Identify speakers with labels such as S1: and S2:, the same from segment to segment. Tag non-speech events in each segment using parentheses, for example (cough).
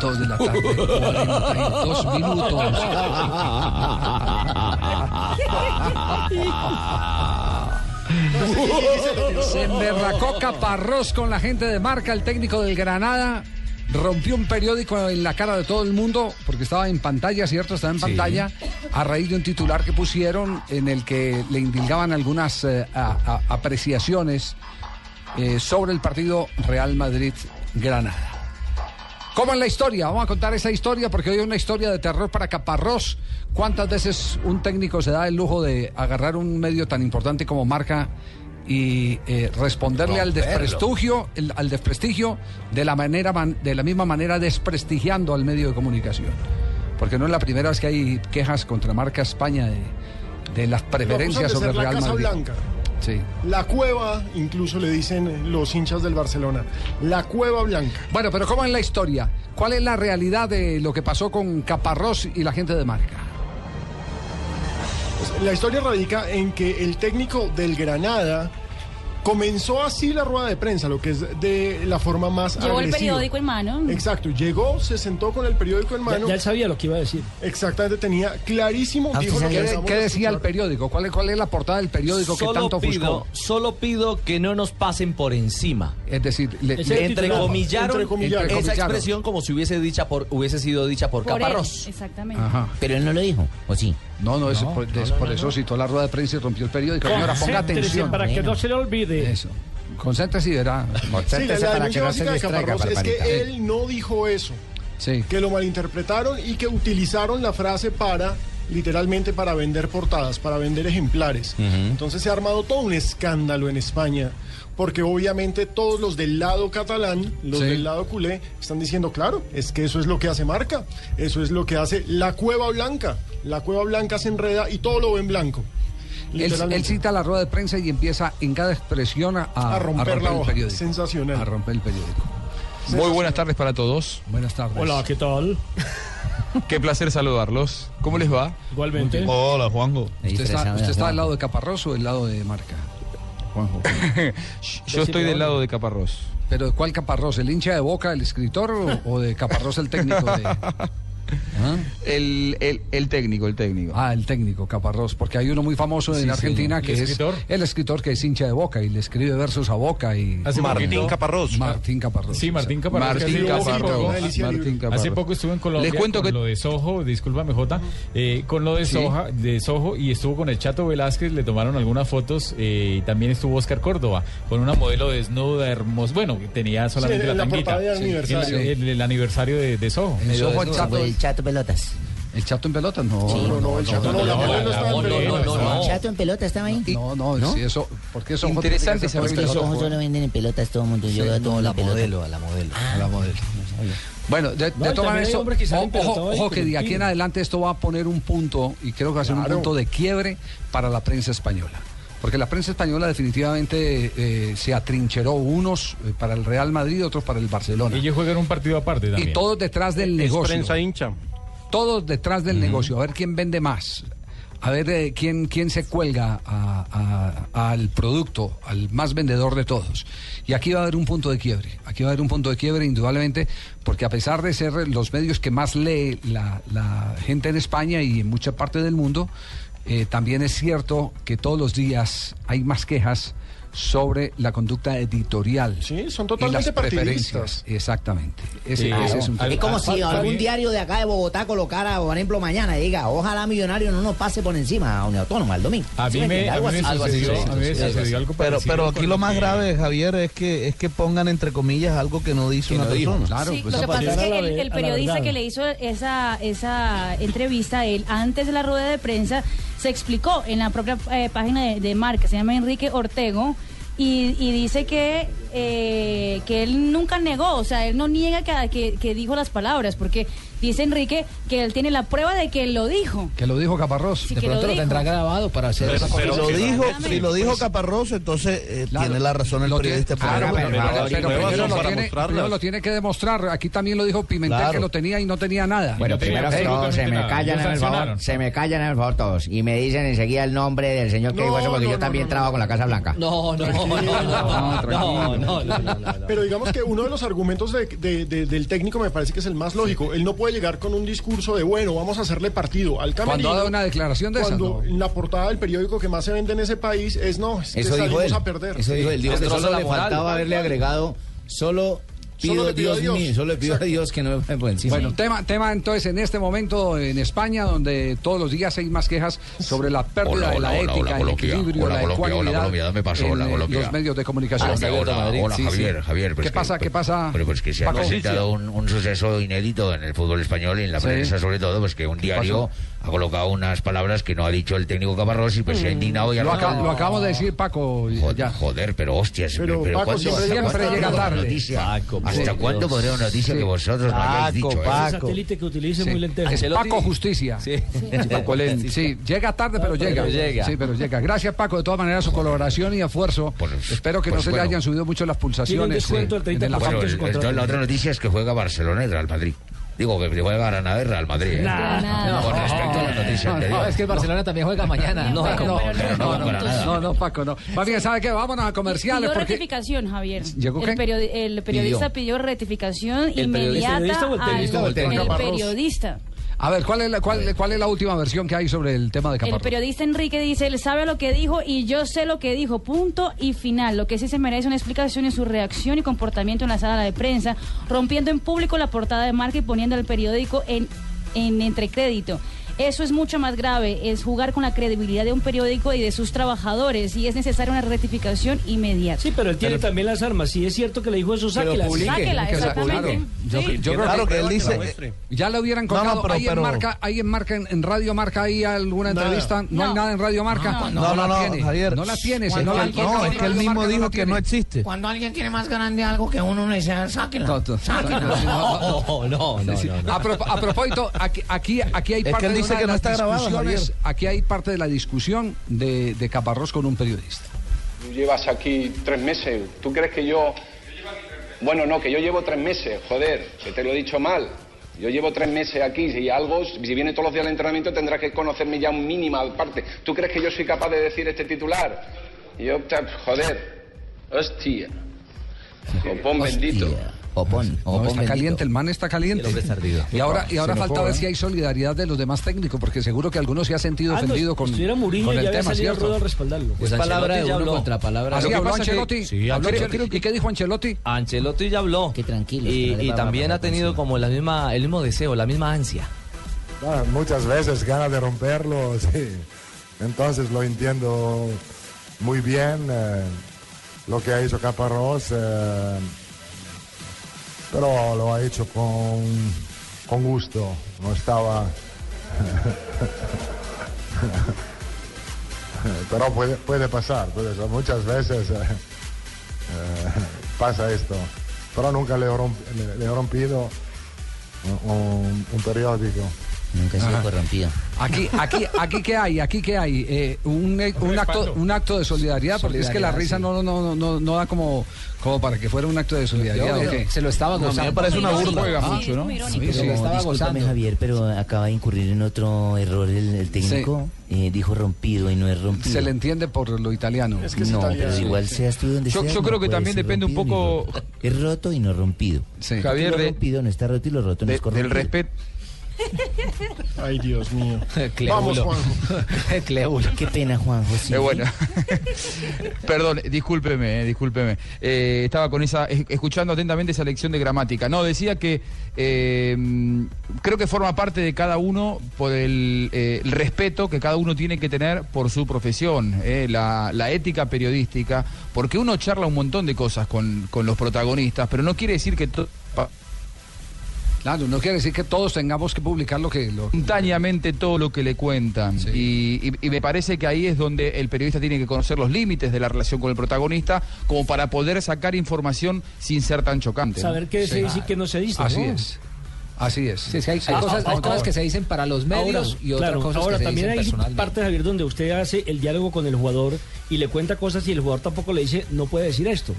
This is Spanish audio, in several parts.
S1: Dos de la tarde, 42 minutos. Se emberracó Caparrós con la gente de marca, el técnico del Granada. Rompió un periódico en la cara de todo el mundo, porque estaba en pantalla, ¿cierto? Estaba en pantalla, a raíz de un titular que pusieron en el que le indilgaban algunas eh, a- a- apreciaciones eh, sobre el partido Real Madrid-Granada. ¿Cómo es la historia? Vamos a contar esa historia porque hoy es una historia de terror para Caparrós. ¿Cuántas veces un técnico se da el lujo de agarrar un medio tan importante como marca y eh, responderle al desprestigio, el- al desprestigio de la manera man- de la misma manera desprestigiando al medio de comunicación? Porque no es la primera vez que hay quejas contra marca España de, de las preferencias
S2: Lo acusan de
S1: sobre el
S2: ser la
S1: Real
S2: Casa
S1: Madrid.
S2: Blanca.
S1: Sí.
S2: La cueva, incluso le dicen los hinchas del Barcelona. La cueva blanca.
S1: Bueno, pero ¿cómo es la historia? ¿Cuál es la realidad de lo que pasó con Caparrós y la gente de marca?
S2: Pues, La historia radica en que el técnico del Granada comenzó así la rueda de prensa, lo que es de la forma más
S3: Llevó el
S2: agresiva.
S3: periódico en mano.
S2: Exacto, llegó, se sentó con el periódico en
S4: Ya,
S2: mano.
S4: ya él sabía lo que iba a decir.
S2: Exactamente, tenía clarísimo. dijo lo que
S1: Ah, ¿Qué,
S2: alcanzamos
S1: qué
S2: a
S1: decía el
S2: escuchar.
S1: periódico? ¿Cuál, es- cuál es la portada del periódico que tanto
S5: pido,
S1: ofuscó?
S5: solo pido que no nos pasen por encima.
S1: Es decir, le-
S4: Ese-
S1: le-
S5: Entrecomillaron,
S2: Entrecomillaron.
S5: esa
S1: Entrecomillaron.
S5: expresión como si hubiese, dicha por, hubiese sido dicha por,
S3: Por él,
S5: Caparrós.
S3: Exactamente.
S1: Ajá.
S6: Pero él no lo dijo, ¿o sí?
S1: No, no, es por, es por eso citó la rueda de prensa y rompió el periódico. Señora, ponga
S4: Concéntrese
S1: atención.
S4: Para que
S6: Bueno.
S4: no se le olvide.
S1: Eso. Concéntrese y verá.
S2: Sí, la, la
S7: para que
S2: denuncia
S7: no
S2: básica
S7: se
S2: de
S7: distraiga,
S2: Caparrós es
S7: Barbarita.
S2: que él no dijo eso.
S1: Sí.
S2: que lo malinterpretaron y que utilizaron la frase para literalmente para vender portadas, para vender ejemplares. Entonces se ha armado todo un escándalo en España, porque obviamente todos los del lado catalán, los
S1: Sí.
S2: del lado culé, están diciendo, claro, es que eso es lo que hace Marca, eso es lo que hace la Cueva Blanca. La Cueva Blanca se enreda y todo lo ve en blanco.
S1: Él,
S2: Literalmente.
S1: él cita la rueda de prensa y empieza en cada expresión a,
S2: A romper la
S1: el
S2: hoja.
S1: periódico.
S2: Sensacional.
S1: A romper el periódico.
S7: Muy buenas tardes para todos.
S1: Buenas tardes.
S4: Hola, ¿qué tal?
S7: Qué placer saludarlos. ¿Cómo les va?
S4: Igualmente.
S7: Hola, Juanjo.
S1: ¿Usted está, usted está del lado de Caparrós o del lado de Marca? Juanjo.
S7: Yo estoy del lado de Caparrós.
S1: ¿Pero cuál Caparrós? ¿El hincha de boca, el escritor o, o de Caparrós el técnico? de- ¿Ah?
S7: El, el- el técnico, el técnico.
S1: Ah, el técnico, Caparrós, porque hay uno muy famoso en Argentina que es el escritor que es hincha de Boca y le escribe versos a Boca y
S7: Martín Caparrós.
S1: Martín Caparrós.
S8: Sí, Martín Caparrós. que hace
S7: Martín
S8: poco-
S7: Caparrós.
S2: Delicia
S7: Martín
S2: libre.
S7: Caparrós.
S8: Hace poco estuvo en Colombia
S7: Les cuento
S8: con
S7: que
S8: lo de Sojo, discúlpame Jota, eh, con lo de,
S1: Sí.
S8: Soja, de Sojo y estuvo con el Chato Velázquez, le tomaron algunas fotos eh, y también estuvo Oscar Córdoba con una modelo desnuda, hermosa, bueno, que tenía solamente
S2: Sí,
S8: la
S2: en la
S8: tanguita.
S2: portada de
S8: Sí, en la-
S2: aniversario.
S8: en el, aniversario de, de Soho.
S1: El
S6: Pero
S1: Soho,
S6: eso
S1: el chato,
S6: fue el chato pelotas.
S1: el chato en pelota, no.
S6: Sí.
S2: No, no, el chato no, la
S8: no,
S2: modelo
S8: no,
S2: estaba en
S8: no,
S2: pelota.
S8: no, no,
S6: El chato en pelota estaba ahí.
S1: No, no, sí, eso, porque eso
S7: Interesante esa
S6: Es que los ojos solo venden en pelotas todo el mundo. Yo veo a todo la pelota. Ah,
S5: a la modelo.
S1: Bueno, de, de
S4: y
S1: todas
S4: también hay
S1: maneras, esto-
S4: hombres que salen
S1: ojo, ojo,
S4: pelotados y
S1: ojo que de aquí en
S4: corrompidos.
S1: adelante esto va a poner un punto, y creo que va a ser
S2: Claro.
S1: un punto de quiebre para la prensa española. Porque la prensa española definitivamente eh, se atrincheró unos eh, para el Real Madrid, otros para el Barcelona.
S8: Ellos juegan un partido aparte también.
S1: Y todos detrás del negocio. Todos detrás del negocio. A ver quién vende más. A ver eh, quién, quién se cuelga a- a- al producto, al más vendedor de todos. Y aquí va a haber un punto de quiebre. Aquí va a haber un punto de quiebre, indudablemente, porque a pesar de ser los medios que más lee la, la gente en España y en mucha parte del mundo, eh, también es cierto que todos los días hay más quejas sobre la conducta editorial.
S2: Sí, son
S1: y
S2: totalmente
S1: las preferencias.
S2: partidistas.
S1: Exactamente. Ese,
S8: Sí.
S1: ese es un
S8: Al-
S6: Es como
S8: al-
S6: si
S8: al-
S6: algún
S8: al-
S6: diario de acá de Bogotá colocara, por ejemplo, mañana y diga, ojalá Millonario no nos pase por encima a Uniautónoma Autónoma el domingo.
S8: A
S6: ¿Sí
S8: mí me,
S6: entiende?
S8: a mí
S6: Algo
S8: me
S6: así. Algo así,
S8: sucedió,
S6: sí,
S8: a mí me
S6: sí, sí, algo
S8: sucedió algo
S5: Pero,
S8: parecido.
S5: pero aquí
S8: con-
S5: lo más grave, Javier, es que, es que pongan entre comillas algo que no dice una persona.
S1: Claro,
S3: Sí,
S1: pues,
S3: lo que pasa es
S4: a
S3: que
S4: la
S3: el, el
S4: ve- a la
S3: periodista
S4: verdad.
S3: que le hizo esa, esa entrevista a él antes de la rueda de prensa se explicó en la propia eh, página de, de marca, se llama Enrique Ortego. Y, y dice que, eh, que él nunca negó, o sea, él no niega que, que, que dijo las palabras, porque dice Enrique que él tiene la prueba de que él lo dijo.
S1: que lo dijo Caparrós.
S3: Sí, que lo dijo.
S6: grabado para hacer
S8: Pero-
S5: Si
S8: pero-
S5: lo dijo,
S3: Exactamente.
S5: si
S6: pues.
S5: lo dijo Caparroso, entonces eh,
S1: Claro.
S5: tiene la razón el
S1: Lo
S5: periodista.
S1: tiene-
S5: por
S1: Claro,
S5: ejemplo.
S1: pero- pero- pero
S8: pruebas
S1: primero
S8: son
S1: lo
S8: para
S1: tiene- primero lo tiene que demostrar. Aquí también lo dijo Pimentel
S5: Claro.
S1: que lo tenía y no tenía nada.
S8: Bueno,
S1: No
S8: No
S1: tenía
S8: primero que
S1: nada.
S8: todo, absolutamente se me nada. callan Lo en el favor, sancionaron. se
S6: me callan en el favor todos. Y me dicen enseguida el nombre del señor
S2: que No, dijo eso, porque no, yo no, también no, no. trabajo
S6: con la Casa Blanca.
S5: No, no, no, no, no, no, no, no, no.
S2: Pero digamos que uno de los argumentos de- de- de- del técnico me parece que es el más lógico. Él no puede llegar con un discurso de, bueno, vamos a hacerle partido al camerino.
S1: Cuando ha dado una declaración de esas,
S2: Cuando
S1: no.
S2: en la portada del periódico que más se vende en ese país es, no, es que
S5: Eso dijo
S2: salimos
S5: él.
S2: a perder.
S5: Eso dijo él. Dijo que
S2: Destroza
S5: solo
S2: la
S5: le
S2: moral.
S5: faltaba haberle agregado solo pido
S2: Solo le pido a
S5: Dios,
S2: Dios.
S5: mío, solo le pido
S2: Exacto.
S5: a Dios que no me pase por encima.
S1: Bueno, tema, tema entonces en este momento en España, donde todos los días hay más quejas sobre la pérdida
S9: Hola,
S1: de
S9: hola,
S1: la
S9: hola,
S1: ética,
S9: hola,
S1: el
S9: Colombia.
S1: equilibrio,
S9: Hola,
S1: la
S9: Colombia, hola,
S1: ecuanimidad
S9: Colombia, dame paso,
S1: en
S9: hola,
S1: eh,
S9: Colombia.
S1: los medios de comunicación.
S9: Hola, hola, hola,
S1: Sí, sí.
S9: Javier, Javier. pues,
S1: ¿Qué pasa,
S9: pues,
S1: qué pasa?
S9: Bueno, pues que se ha
S1: Paco?
S9: presentado un, un suceso inédito en el fútbol español y en la
S1: Sí.
S9: prensa sobre todo, pues que un diario ha colocado unas palabras que no ha dicho el técnico Caparrós y pues se ha indignado y ha
S1: Mm. Lo, aca-
S9: marcado-
S1: lo acabamos de decir, Paco.
S9: Joder,
S1: Ya.
S9: joder, pero hostias,
S2: Pero,
S9: pero,
S2: Paco,
S9: ¿cuándo-
S2: siempre
S9: hasta
S2: llega
S9: cuándo
S2: tarde.
S9: podrá una noticia?
S5: Paco, por
S9: ¿Hasta
S5: Dios.
S9: cuándo podrá una noticia
S1: Sí.
S9: que vosotros no hayáis
S5: Paco,
S9: dicho? eh?
S4: Ese
S5: Paco.
S4: satélite que utiliza
S1: Sí.
S4: muy lento.
S1: Es
S5: Ancelotti.
S1: Paco Justicia.
S5: Sí.
S1: Paco Len. Sí, llega tarde, pero, llega.
S5: Pero llega.
S1: Sí, pero llega. Gracias, Paco, de todas maneras, su colaboración y esfuerzo.
S9: Pues,
S1: Espero que no
S9: pues
S1: se le
S9: bueno.
S1: hayan subido mucho las
S4: Tiene un
S1: pulsaciones.
S4: descuento
S1: eh,
S4: del
S1: en el
S4: 30%
S1: afán.
S9: Bueno,
S4: de su
S9: el- entonces la
S4: contrato.
S9: otra noticia es que juega Barcelona y Real Madrid. Digo, que juega Granada y Real Madrid. ¿eh?
S3: Nah.
S9: Con respecto a la noticia anterior.
S5: el Barcelona también juega mañana.
S3: No,
S5: No,
S3: no,
S9: pero no,
S1: No,
S9: con
S1: no,
S9: Granada.
S1: no, no, Paco, no. Más bien, ¿sabe qué? Vámonos a comerciales.
S3: Pidió
S1: porque...
S3: rectificación, Javier.
S1: ¿Llegó
S3: el,
S1: qué?
S3: periodi- el periodista pidió, rectificación
S4: periodista?
S3: inmediata
S4: ¿El periodista o el
S3: al-
S4: periodista o
S3: el
S4: el
S3: periodista.
S4: técnico?
S1: A ver, ¿cuál es, la, cuál, ¿cuál es la última versión que hay sobre el tema de
S3: El
S1: Caparro?
S3: periodista Enrique dice, él sabe lo que dijo y yo sé lo que dijo, punto y final. Lo que sí se merece una explicación es su reacción y comportamiento en la sala de prensa, rompiendo en público la portada de marca y poniendo al periódico en, en entrecrédito. Eso es mucho más grave, es jugar con la credibilidad de un periódico y de sus trabajadores y es necesaria una rectificación inmediata.
S4: Sí, pero él tiene también las armas. Si es cierto que le dijo eso, Ah, sáquela.
S3: Sáquela,
S1: que sa-
S3: exactamente.
S1: claro. Yo-
S3: Sí.
S1: yo creo
S5: Claro
S1: que
S5: que él dice.
S1: ya lo hubieran
S5: No, no,
S1: colgado.
S5: pero-
S1: ahí, en
S5: pero-
S1: marca, ahí en marca, en, en Radio Marca, hay alguna
S2: Nada.
S1: entrevista. No, hay
S3: No.
S1: nada en Radio Marca.
S3: No,
S5: No, no,
S1: la
S5: no,
S1: tiene.
S5: Javier.
S1: No la tiene. si
S5: No,
S1: no, la
S5: es que-
S1: encuentra
S5: no,
S1: en
S5: es que él
S1: Radio
S5: mismo
S1: Marca, la
S5: dijo que no
S1: tiene.
S5: existe.
S6: Cuando alguien tiene más grande algo que uno, uno dice, "Ah, sáquenlo.
S1: No,
S5: (laughs)
S1: no, no, no, no.
S6: Oh,
S5: No, no, no, no, no.
S1: A, pro- a propósito, aquí, aquí, aquí hay
S5: Es que
S1: parte
S5: él
S1: de
S5: dice
S1: una
S5: que
S1: de
S5: no
S1: las
S5: está grabado,
S1: discusiones- Aquí hay parte de la discusión de, de Caparrós con un periodista.
S9: Llevas aquí tres meses. ¿Tú crees que yo.? Bueno, no, que yo llevo tres meses, joder, que te lo he dicho mal. Yo llevo tres meses aquí. Si algo, si viene todos los días al entrenamiento, tendrás que conocerme ya un mínima parte. ¿Tú crees que yo soy capaz de decir este titular? Y yo, ta- joder, hostia. Copón bendito.
S6: Opón,
S5: Oh,
S1: No,
S6: opón
S1: está
S6: bendito.
S1: caliente, el man está caliente.
S5: El hombre está ardido.
S1: Y ahora, y ahora
S5: Xenófobo,
S1: falta ver
S5: ¿eh?
S1: si hay solidaridad de los demás técnicos, porque seguro que alguno se ha sentido
S4: Ah, no,
S1: ofendido
S4: si
S1: con,
S4: estuviera Murillo
S1: con el
S4: ya había
S1: tema,
S4: salido al ruedo a
S1: ¿cierto?
S4: respaldarlo.
S5: Pues palabra de uno contra palabra
S1: Así
S5: de
S1: habló
S5: otro.
S1: Ancelotti.
S5: Sí,
S1: Habló
S5: Ancelotti.
S1: Ancelotti. ¿Y qué dijo Ancelotti?
S5: Ancelotti ya habló.
S6: Qué
S5: Y,
S6: tranquilo, que no le
S5: y
S6: va a
S5: también
S6: bajar
S5: ha tenido
S6: encima.
S5: como la misma, el mismo deseo, la misma ansia.
S9: muchas veces ganas de romperlo, (laughs) sí. Entonces lo entiendo muy bien eh, lo que ha hecho Caparrós, eh, pero lo ha hecho con, con gusto. No estaba. (laughs) pero puede, puede pasar, puede ser. muchas veces eh, eh, pasa esto. Pero nunca le, he romp- le- le he rompido un- un- un periódico.
S6: Nunca he sido corrompido.
S1: Aquí, aquí, aquí qué hay, aquí qué hay, Eh, un, un acto, un acto de solidaridad, porque es que la risa no, no, no, no, no da como, como para que fuera un acto de solidaridad. ¿o qué?
S5: lo estaba
S1: gozando.
S5: me parece una
S3: Muy
S5: burla.
S3: irónico,
S1: Juega
S3: sí,
S1: mucho,
S3: es
S1: ¿no?
S3: muy irónico.
S1: Ah, Sí, sí.
S6: Pero,
S5: estaba
S6: discúlpame,
S5: gozando.
S6: Javier, pero acaba de incurrir en otro error el, el técnico. Eh, dijo rompido y no es rompido.
S1: Se le entiende por lo italiano.
S2: Es que es
S6: no,
S2: italiano.
S6: pero igual seas tú donde
S7: Yo-
S6: seas.
S7: yo
S6: no
S7: creo que
S6: puede
S7: también
S6: ser
S7: depende un
S6: rompido ni
S7: poco-
S6: roto. Es roto y no rompido.
S1: Sí.
S7: Javier,
S6: Lo
S7: de-
S6: rompido no está roto y lo roto no
S7: de-
S6: es corrompido.
S7: del respeto.
S2: Ay, Dios mío.
S6: Clebulo.
S2: Vamos, Juanjo.
S6: (laughs) Clebulo, qué pena, Juanjo. sí.
S7: Eh, bueno, perdón, discúlpeme, eh, discúlpeme. Eh, estaba con esa, es- escuchando atentamente esa lección de gramática. No, decía que eh, mm, creo que forma parte de cada uno por el, eh, el respeto que cada uno tiene que tener por su profesión, eh, la, la ética periodística, porque uno charla un montón de cosas con, con los protagonistas, pero no quiere decir que... to- pa-
S1: Claro, no quiere decir que todos tengamos que publicar lo que... Lo...
S7: espontáneamente todo lo que le cuentan. Y, y- y me parece que ahí es donde el periodista tiene que conocer los límites de la relación con el protagonista, como para poder sacar información sin ser tan chocante. ¿no?
S4: Saber qué se dice y qué no se dice.
S7: Así
S4: ¿no?
S7: es.
S1: Así es.
S7: Sí, es que hay-
S4: Ah, ah, ah, ah.
S10: dicen para los
S4: Ahora, claro, ahora también hay partes, Javier, donde usted hace el diálogo con el jugador y le cuenta cosas y el jugador tampoco le dice, no puede decir esto,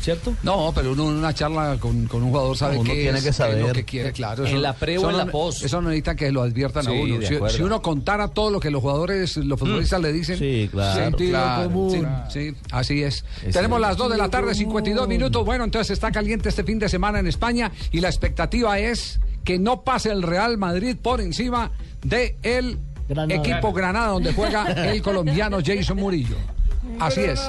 S4: ¿cierto?
S1: No, pero uno en una charla con, con un jugador sabe
S4: No, uno
S1: qué
S4: tiene
S1: es, qué
S4: que
S1: es lo
S4: saber.
S1: que quiere, claro.
S4: En la pre o
S1: eso
S4: en
S1: no-
S4: la post.
S1: Eso no necesita que lo adviertan a
S10: Sí,
S1: uno.
S10: de
S1: Si,
S10: acuerdo.
S1: si uno contara todo lo que los jugadores, los futbolistas le dicen,
S10: Sí, claro.
S1: sentido
S10: Claro, sí,
S1: común. Sí, así es.
S10: Es
S1: Tenemos
S10: el
S1: las 2 de la tarde, 52 minutos. Bueno, entonces está caliente este fin de semana en España y la expectativa es que no pase el Real Madrid por encima de el equipo Granada donde juega el colombiano Jason Murillo. Así es.